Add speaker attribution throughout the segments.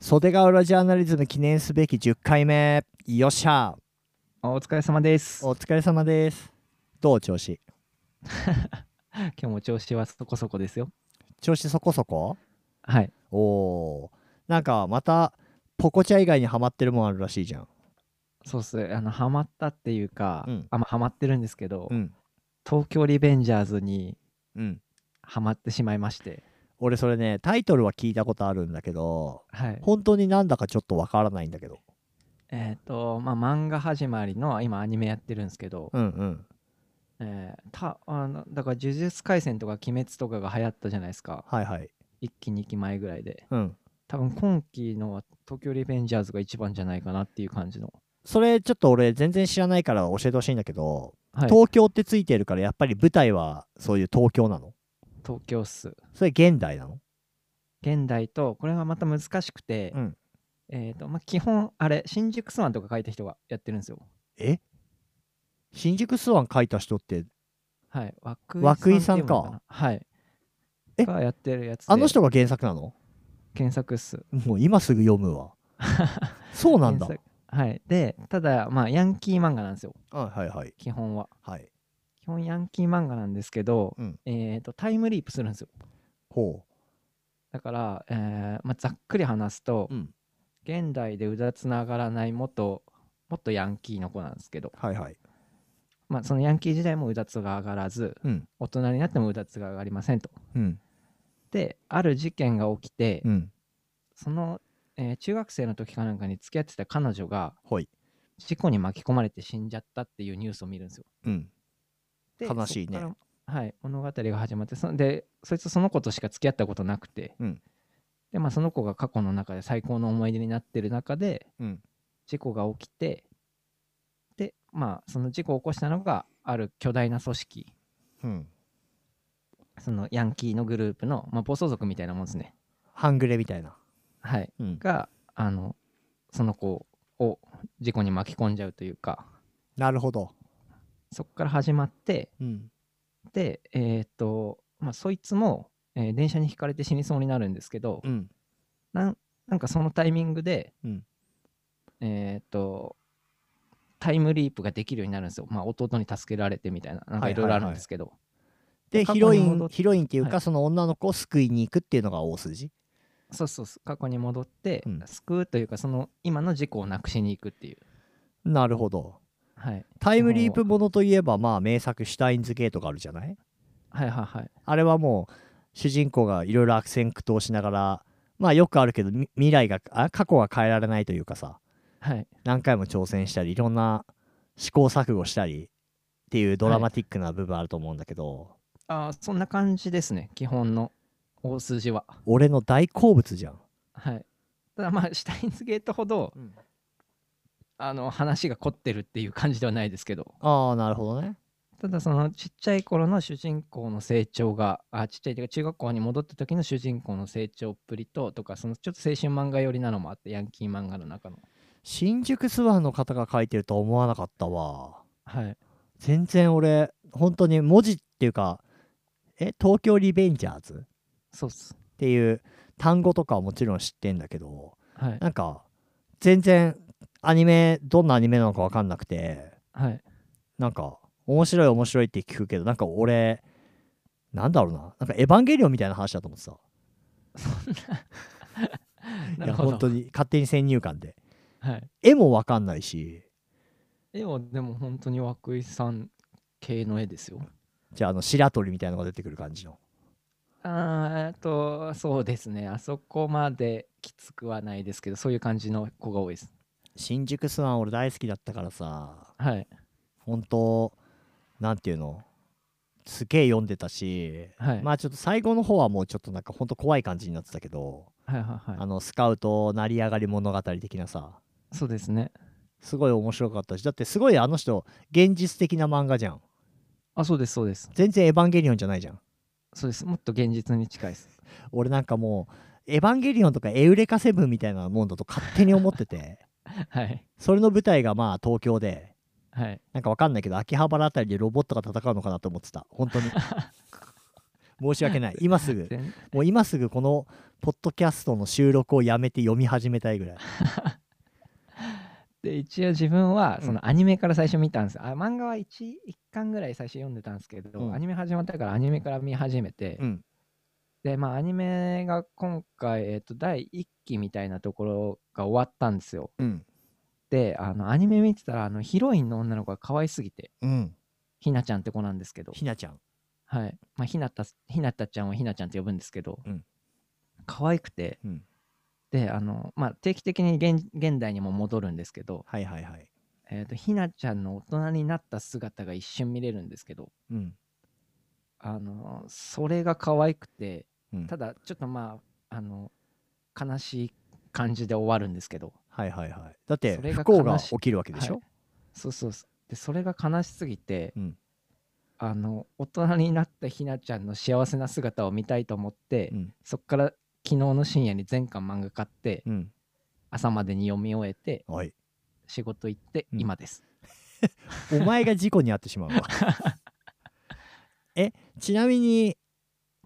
Speaker 1: 袖ヶ浦ジャーナリズム記念すべき10回目よっしゃ
Speaker 2: お疲れ様です。
Speaker 1: お疲れ様ですどう調子
Speaker 2: 今日も調子はそこそこですよ。
Speaker 1: 調子そこそこ
Speaker 2: はい。
Speaker 1: おおーなんかまたポコチャ以外にハマってるもんあるらしいじゃん
Speaker 2: そうっす。あの、ハマったっていうか、
Speaker 1: うん
Speaker 2: あ、まあ、ハマってるんですけど、
Speaker 1: うん
Speaker 2: 東京リベンジャーズに
Speaker 1: うん
Speaker 2: ハマってしまいまして、
Speaker 1: 俺それねタイトルは聞いたことあるんだけど
Speaker 2: はい。
Speaker 1: 本当になんだかちょっとわからないんだけど
Speaker 2: えっ、と、まあ、漫画始まりの、今アニメやってるんですけど、
Speaker 1: うんうん
Speaker 2: えーたあのだから呪術廻戦とか鬼滅とかが流行ったじゃないですか。
Speaker 1: はいはい
Speaker 2: 一期、二期前ぐらいで。
Speaker 1: うん
Speaker 2: 多分今期のは東京リベンジャーズが一番じゃないかなっていう感じの。
Speaker 1: それちょっと俺全然知らないから教えてほしいんだけど、
Speaker 2: はい。
Speaker 1: 東京ってついてるからやっぱり舞台はそういう東京なの
Speaker 2: 東京っす。
Speaker 1: それ現代なの
Speaker 2: 現代とこれがまた難しくて、
Speaker 1: うん
Speaker 2: えーとまあ、基本あれ新宿スワンとか書いた人がやってるんですよ
Speaker 1: え新宿スワン書いた人って
Speaker 2: はい
Speaker 1: 涌
Speaker 2: 涌
Speaker 1: 井
Speaker 2: 井
Speaker 1: さ
Speaker 2: さ
Speaker 1: ん
Speaker 2: ん
Speaker 1: か
Speaker 2: かなはい
Speaker 1: え
Speaker 2: がやってるやつで
Speaker 1: あの人が原作なの
Speaker 2: 検索っす
Speaker 1: もう今すぐ読む わそうなんだ
Speaker 2: 検索はいでただまあヤンキー漫画なんですよ
Speaker 1: あはいはい
Speaker 2: 基本は
Speaker 1: はい
Speaker 2: 基本ヤンキー漫画なんですけど、
Speaker 1: うん
Speaker 2: えーとタイムリープするんですよ
Speaker 1: ほ
Speaker 2: だから、えーまあ、ざっくり話すと、
Speaker 1: ううん
Speaker 2: 現代でうだつながらない元元ヤンキーの子なんですけど、
Speaker 1: はいはい
Speaker 2: まあ、そのヤンキー時代もうだつが上がらず、
Speaker 1: うん
Speaker 2: 大人になってもうだつが上がりませんと。
Speaker 1: うん
Speaker 2: である事件が起きて、
Speaker 1: うん
Speaker 2: その、えー中学生の時かなんかに付き合ってた彼女が
Speaker 1: ほい
Speaker 2: 事故に巻き込まれて死んじゃったっていうニュースを見るんですよ。
Speaker 1: うん
Speaker 2: で
Speaker 1: 悲しいね
Speaker 2: そっからはい物語が始まってそでそいつその子としか付き合ったことなくて、
Speaker 1: うん
Speaker 2: でまあ、その子が過去の中で最高の思い出になってる中で
Speaker 1: うん
Speaker 2: 事故が起きてでまあその事故を起こしたのがある巨大な組織
Speaker 1: うん
Speaker 2: そのヤンキーのグループの、まあ、暴走族みたいなもんですね。
Speaker 1: 半グレみたいな
Speaker 2: はい、
Speaker 1: うん
Speaker 2: があのその子を事故に巻き込んじゃうというか
Speaker 1: なるほど
Speaker 2: そこから始まって
Speaker 1: うん
Speaker 2: でえーっと、まあ、そいつも、えー電車にひかれて死にそうになるんですけど、
Speaker 1: うん
Speaker 2: なんなんかそのタイミングで、
Speaker 1: うん
Speaker 2: えーっとタイムリープができるようになるんですよ、まあ、弟に助けられてみたいななんか
Speaker 1: はい
Speaker 2: い
Speaker 1: はいは
Speaker 2: ろ
Speaker 1: い
Speaker 2: いろあるんですけど、
Speaker 1: で
Speaker 2: 過
Speaker 1: ヒ
Speaker 2: 去に戻
Speaker 1: ロイ
Speaker 2: っ
Speaker 1: ンヒロインっていうか、
Speaker 2: はい
Speaker 1: その女の子を救いに行くっていうのが大筋
Speaker 2: そうそうそう過去に戻って、
Speaker 1: うん
Speaker 2: 救うというかその今の事故をなくしに行くっていう、
Speaker 1: なるほど
Speaker 2: はい、
Speaker 1: タイムリープものといえばまあ名作「シュタインズゲート」があるじゃない
Speaker 2: はいはいはい
Speaker 1: あれはもう主人公がいろいろ悪戦苦闘しながらまあよくあるけどみ未来があ過去が変えられないというかさ
Speaker 2: はい
Speaker 1: 何回も挑戦したりいろんな試行錯誤したりっていうドラマティックな部分あると思うんだけど、
Speaker 2: あーそんな感じですね基本の大筋は
Speaker 1: 俺の大好物じゃん、
Speaker 2: はいただまあシュタインズゲートほどあの話が凝ってるっていう感じではないですけど
Speaker 1: ああなるほどね
Speaker 2: ただそのちっちゃい頃の主人公の成長があちっちゃいというか中学校に戻った時の主人公の成長っぷりととかそのちょっと青春漫画寄りなのもあってヤンキー漫画の中の
Speaker 1: 新宿スワンの方が書いてるとは思わなかったわ
Speaker 2: はい
Speaker 1: 全然俺本当に文字っていうかえ東京リベンジャーズ
Speaker 2: そうっす
Speaker 1: っていう単語とかはもちろん知ってんだけど
Speaker 2: はい
Speaker 1: なんか全然アニメどんなアニメなのか分かんなくて
Speaker 2: はい
Speaker 1: なんか面白い面白いって聞くけどなんか俺なんだろうななんかエヴァンゲリオンみたいな話だと思ってた
Speaker 2: ないる
Speaker 1: や
Speaker 2: ほ
Speaker 1: 本当
Speaker 2: ど
Speaker 1: に勝手に先入観で
Speaker 2: はい
Speaker 1: 絵も分かんないし
Speaker 2: 絵はでも本当に涌井さん系の絵ですよ
Speaker 1: じゃああの白鳥みたいなのが出てくる感じの
Speaker 2: あーえっとそうですねあそこまできつくはないですけどそういう感じの子が多いです
Speaker 1: 新宿スワン俺大好きだったからさ
Speaker 2: はい
Speaker 1: 本当なんていうのすげえ読んでたし、
Speaker 2: はい、
Speaker 1: まあちょっと最後の方はもうちょっとなんかほんと怖い感じになってたけど
Speaker 2: はいはいは
Speaker 1: あのスカウト成り上がり物語的なさ
Speaker 2: いそうですね
Speaker 1: すごい面白かったしだってすごいあの人現実的な漫画じゃん
Speaker 2: あそうですそうです
Speaker 1: 全然エヴァンゲリオンじゃないじゃん
Speaker 2: そうですもっと現実に近いです
Speaker 1: 俺なんかもうエヴァンゲリオンとかエウレカセブンみたいなもんだと勝手に思ってて
Speaker 2: はい
Speaker 1: それの舞台がまあ東京で
Speaker 2: はい
Speaker 1: なんかわかんないけど秋葉原あたりでロボットが戦うのかなと思ってた本当に申し訳ない今すぐ
Speaker 2: 全
Speaker 1: もう今すぐこのポッドキャストの収録をやめて読み始めたいぐらい
Speaker 2: で一応自分は
Speaker 1: うん
Speaker 2: そのアニメから最初見たんです、あ漫画は 1, 一巻ぐらい最初読んでたんですけど、
Speaker 1: うん
Speaker 2: アニメ始まったからアニメから見始めて、
Speaker 1: うん
Speaker 2: でまあアニメが今回、えっと第1期みたいなところが終わったんですよ
Speaker 1: うん
Speaker 2: であのアニメ見てたらあのヒロインの女の子が可愛すぎて
Speaker 1: うん
Speaker 2: ひなちゃんって子なんですけど
Speaker 1: ひなちゃん
Speaker 2: はいまあひなたひなたちゃんはひなちゃんって呼ぶんですけど、
Speaker 1: うん
Speaker 2: 可愛くて
Speaker 1: うん
Speaker 2: であの、まあ、定期的に現現代にも戻るんですけど、
Speaker 1: はいはいはい
Speaker 2: えー、とひなちゃんの大人になった姿が一瞬見れるんですけど、
Speaker 1: うん
Speaker 2: あのーそれが可愛くて
Speaker 1: うん
Speaker 2: ただちょっとまあ、あの悲しい感じで終わるんですけど
Speaker 1: はいはいはいだって
Speaker 2: それ
Speaker 1: 不
Speaker 2: が
Speaker 1: 幸が
Speaker 2: 悲しい
Speaker 1: 起きるわけでしょ、
Speaker 2: はいそうそうそうでそれが悲しすぎて、
Speaker 1: うん
Speaker 2: あの大人になったひなちゃんの幸せな姿を見たいと思って、
Speaker 1: うん
Speaker 2: そっから昨日の深夜に全巻漫画買って
Speaker 1: うん
Speaker 2: 朝までに読み終えて
Speaker 1: おい
Speaker 2: 仕事行って
Speaker 1: うん
Speaker 2: 今です、
Speaker 1: お前が事故に遭ってしまうわえちなみに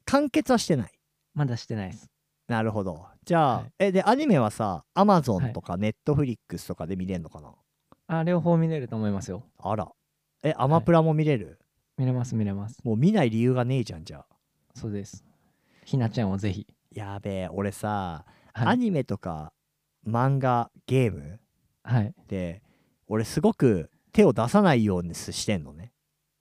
Speaker 1: 完結はしてない
Speaker 2: まだしてないです
Speaker 1: なるほどじゃあ、
Speaker 2: はい
Speaker 1: えでアニメはさアマゾ
Speaker 2: は
Speaker 1: ン
Speaker 2: い
Speaker 1: とかネットフリックスとかで見れるのかな、
Speaker 2: あ両方見れると思いますよ
Speaker 1: あらえアマプラも見れる、
Speaker 2: 見れます見れます
Speaker 1: もう見ない理由がねえじゃんじゃあ
Speaker 2: そうです。ひなちゃんをぜひ。
Speaker 1: やべえ俺さ、
Speaker 2: は
Speaker 1: ア
Speaker 2: い。
Speaker 1: ニメとか漫画ゲーム
Speaker 2: はい。
Speaker 1: で俺すごく手を出さないようにしてんのね、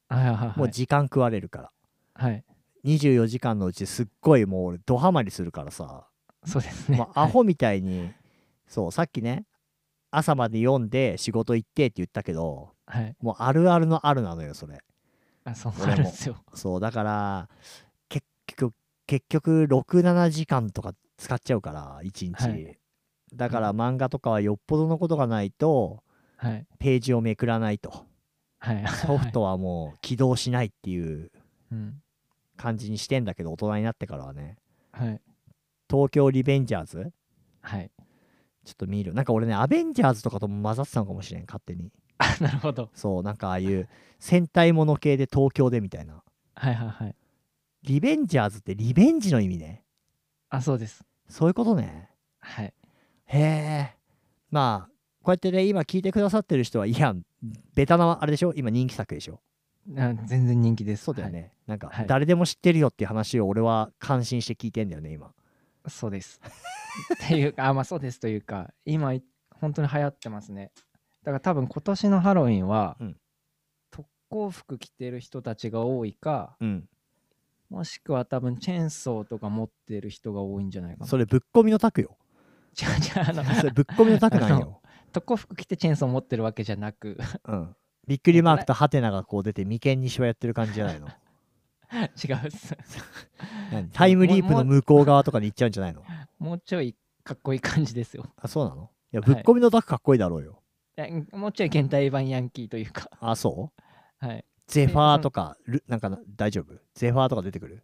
Speaker 2: はいはいはい。
Speaker 1: もう時間食われるから
Speaker 2: はい。
Speaker 1: 24時間のうちすっごいもう俺ドハマりするからさ、
Speaker 2: そうです ね。
Speaker 1: まあ、アホみたいに、そうさっきね朝まで読んで仕事行ってって言ったけど
Speaker 2: はい。はい。
Speaker 1: もうあるあるのあるなのよそれ
Speaker 2: あ、そう
Speaker 1: 俺も
Speaker 2: あるんですよ。
Speaker 1: そうだから結局結局67時間とか使っちゃうから1日、
Speaker 2: はい
Speaker 1: だから漫画とかはよっぽどのことがないと
Speaker 2: はい。
Speaker 1: ページをめくらないと
Speaker 2: はい。
Speaker 1: ソフトはもう起動しないっていう
Speaker 2: うん。
Speaker 1: 感じにしてんだけど大人になってからはね
Speaker 2: はい。
Speaker 1: 「東京リベンジャーズ」
Speaker 2: はい。
Speaker 1: ちょっと見るなんか俺ねアベンジャーズとかとも混ざってたのかもしれん勝手に
Speaker 2: あ、なるほど。
Speaker 1: そうなんかああいう戦隊もの系で東京でみたいな
Speaker 2: はいはいはい。
Speaker 1: リベンジャーズってリベンジの意味ね
Speaker 2: あ、そうです。
Speaker 1: そういうことね
Speaker 2: はい。
Speaker 1: へえまあこうやってね今聞いてくださってる人はいやベタなあれでしょ今人気作でしょ
Speaker 2: あ全然人気です。
Speaker 1: そうだよね、なんか
Speaker 2: はい
Speaker 1: 誰でも知ってるよっていう話を俺は感心して聞いてんだよね今
Speaker 2: はい。そうです。っていうか、あ、まあそうですというか、今、い本当に流行ってますね。だから多分今年のハロウィンは、
Speaker 1: うん
Speaker 2: 特攻服着てる人たちが多いか、
Speaker 1: うん
Speaker 2: もしくは多分チェーンソーとか持ってる人が多いんじゃないかな。
Speaker 1: それぶっ込みのタク よ
Speaker 2: 違う違う、あ の、
Speaker 1: それぶっ込みのタクなん よ、
Speaker 2: 特攻服着てチェーンソー持ってるわけじゃなく
Speaker 1: うん、びっくりマークとハテナがこう出て眉間にしわやってる感じじゃない の
Speaker 2: 違うっす
Speaker 1: 何タイムリープの向こう側とかに行っちゃうんじゃないの
Speaker 2: もうちょいかっこいい感じですよ
Speaker 1: あそうなのいや
Speaker 2: は
Speaker 1: ぶ
Speaker 2: い
Speaker 1: っ込みのタクかっこいいだろうよ、
Speaker 2: いやもうちょい現代版ヤンキーというか
Speaker 1: あそう
Speaker 2: はい
Speaker 1: ゼファーとかルなんかな大丈夫ゼファーとか出てくる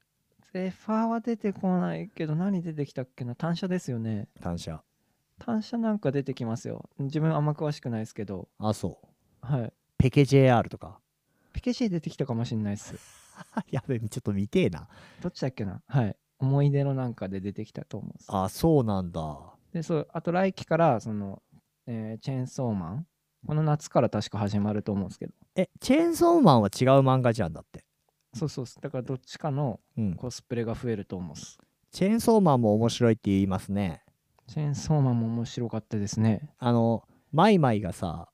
Speaker 2: ゼファーは出てこないけど何出てきたっけな単車ですよね
Speaker 1: 単車
Speaker 2: 単車なんか出てきますよ自分あんま詳しくないですけど
Speaker 1: あそう
Speaker 2: はい
Speaker 1: ペケ JR とか
Speaker 2: ピケシー出てきたかもしれないっす
Speaker 1: やべえちょっと見てえな
Speaker 2: どっちだっけなはい思い出のなんかで出てきたと思うんです
Speaker 1: あそうなんだ
Speaker 2: でそうあと来期からその、えーチェーンソーマンこの夏から確か始まると思うんですけど
Speaker 1: えチェーンソーマンは違う漫画じゃんだって
Speaker 2: そうそうっすだからどっちかの
Speaker 1: うん
Speaker 2: コスプレが増えると思うっす。
Speaker 1: チェーンソーマンも面白いって言いますね
Speaker 2: チェーンソーマンも面白かったですね。
Speaker 1: あのマイマイがさ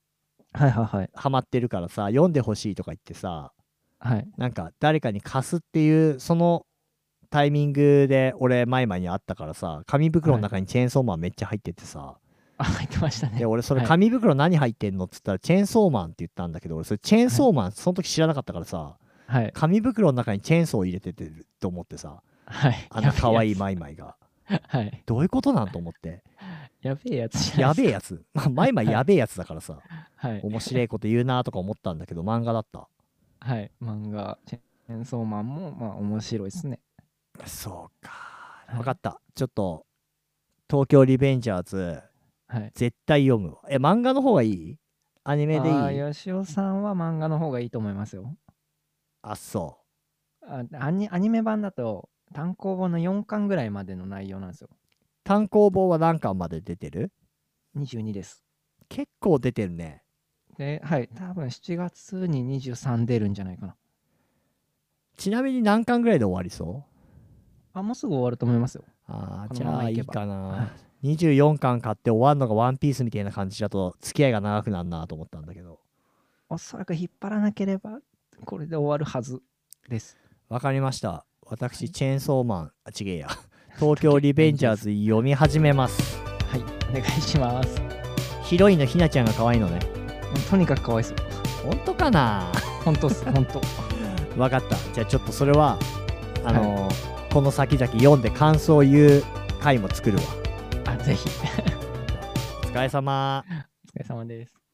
Speaker 2: はいはいはい。
Speaker 1: ハマってるからさ読んでほしいとか言ってさ
Speaker 2: はい。
Speaker 1: なんか誰かに貸すっていうそのタイミングで俺マイマイに会ったからさ紙袋の中にチェーンソーマンめっちゃ入っててさ、
Speaker 2: あ、入ってましたね
Speaker 1: で。俺それ
Speaker 2: はい
Speaker 1: 紙袋何入ってんのっつったらチェーンソーマンって言ったんだけど俺それチェーンソーマンその時知らなかったからさ
Speaker 2: はい。
Speaker 1: 紙袋の中にチェーンソーを入れててると思ってさ
Speaker 2: はい。
Speaker 1: あの可愛い
Speaker 2: や
Speaker 1: マイマイが
Speaker 2: べえやつ。はい。
Speaker 1: どういうことなんと思って
Speaker 2: やべえ やつじ
Speaker 1: や
Speaker 2: ゃないですか。
Speaker 1: べえやつまあマイマイやべえやつだからさ
Speaker 2: はい。
Speaker 1: 面白いこと言うなとか思ったんだけど漫画だった
Speaker 2: はい。漫画、チェーンソーマンも、まあ面白いですね。
Speaker 1: そうか
Speaker 2: はい
Speaker 1: 分かったちょっと東京リベンジャーズ
Speaker 2: はい。
Speaker 1: 絶対読むわえ漫画の方がいいアニメでい
Speaker 2: あ
Speaker 1: い
Speaker 2: ー吉尾さんは漫画の方がいいと思いますよ。
Speaker 1: あそ
Speaker 2: あアニアニメ版だと、単行本の4巻ぐらいまでの内容なんですよ。
Speaker 1: 単行本は何巻まで出てる
Speaker 2: 22です。
Speaker 1: 結構出てるね。
Speaker 2: で、はい、多分7月に23出るんじゃないかな。
Speaker 1: ちなみに何巻ぐらいで終わりそう
Speaker 2: あ、もうすぐ終わると思いますよ。
Speaker 1: あー
Speaker 2: こ
Speaker 1: じ
Speaker 2: のま
Speaker 1: ゃ
Speaker 2: ま
Speaker 1: あい
Speaker 2: いけ
Speaker 1: い
Speaker 2: ば
Speaker 1: かな。24巻 買って終わるのがワンピースみたいな感じだと付き合いが長くなるなと思ったんだけど。
Speaker 2: おそらく引っ張らなければ、これで終わるはずです。
Speaker 1: わかりました。私、
Speaker 2: はい
Speaker 1: チェーンソーマン、あ、ちげ えや。東京リベンジャーズ読み始めます。
Speaker 2: はい、お願いします。
Speaker 1: ヒロインのひなちゃんが可愛いのね。
Speaker 2: とにかくかわいそう。
Speaker 1: 本当かな
Speaker 2: 本当っす、本当。
Speaker 1: わかった。じゃあちょっとそれは、あのーこの先々読んで感想を言う回も作るわ。
Speaker 2: あ、ぜひ。
Speaker 1: お疲れ様。
Speaker 2: お疲れ様です。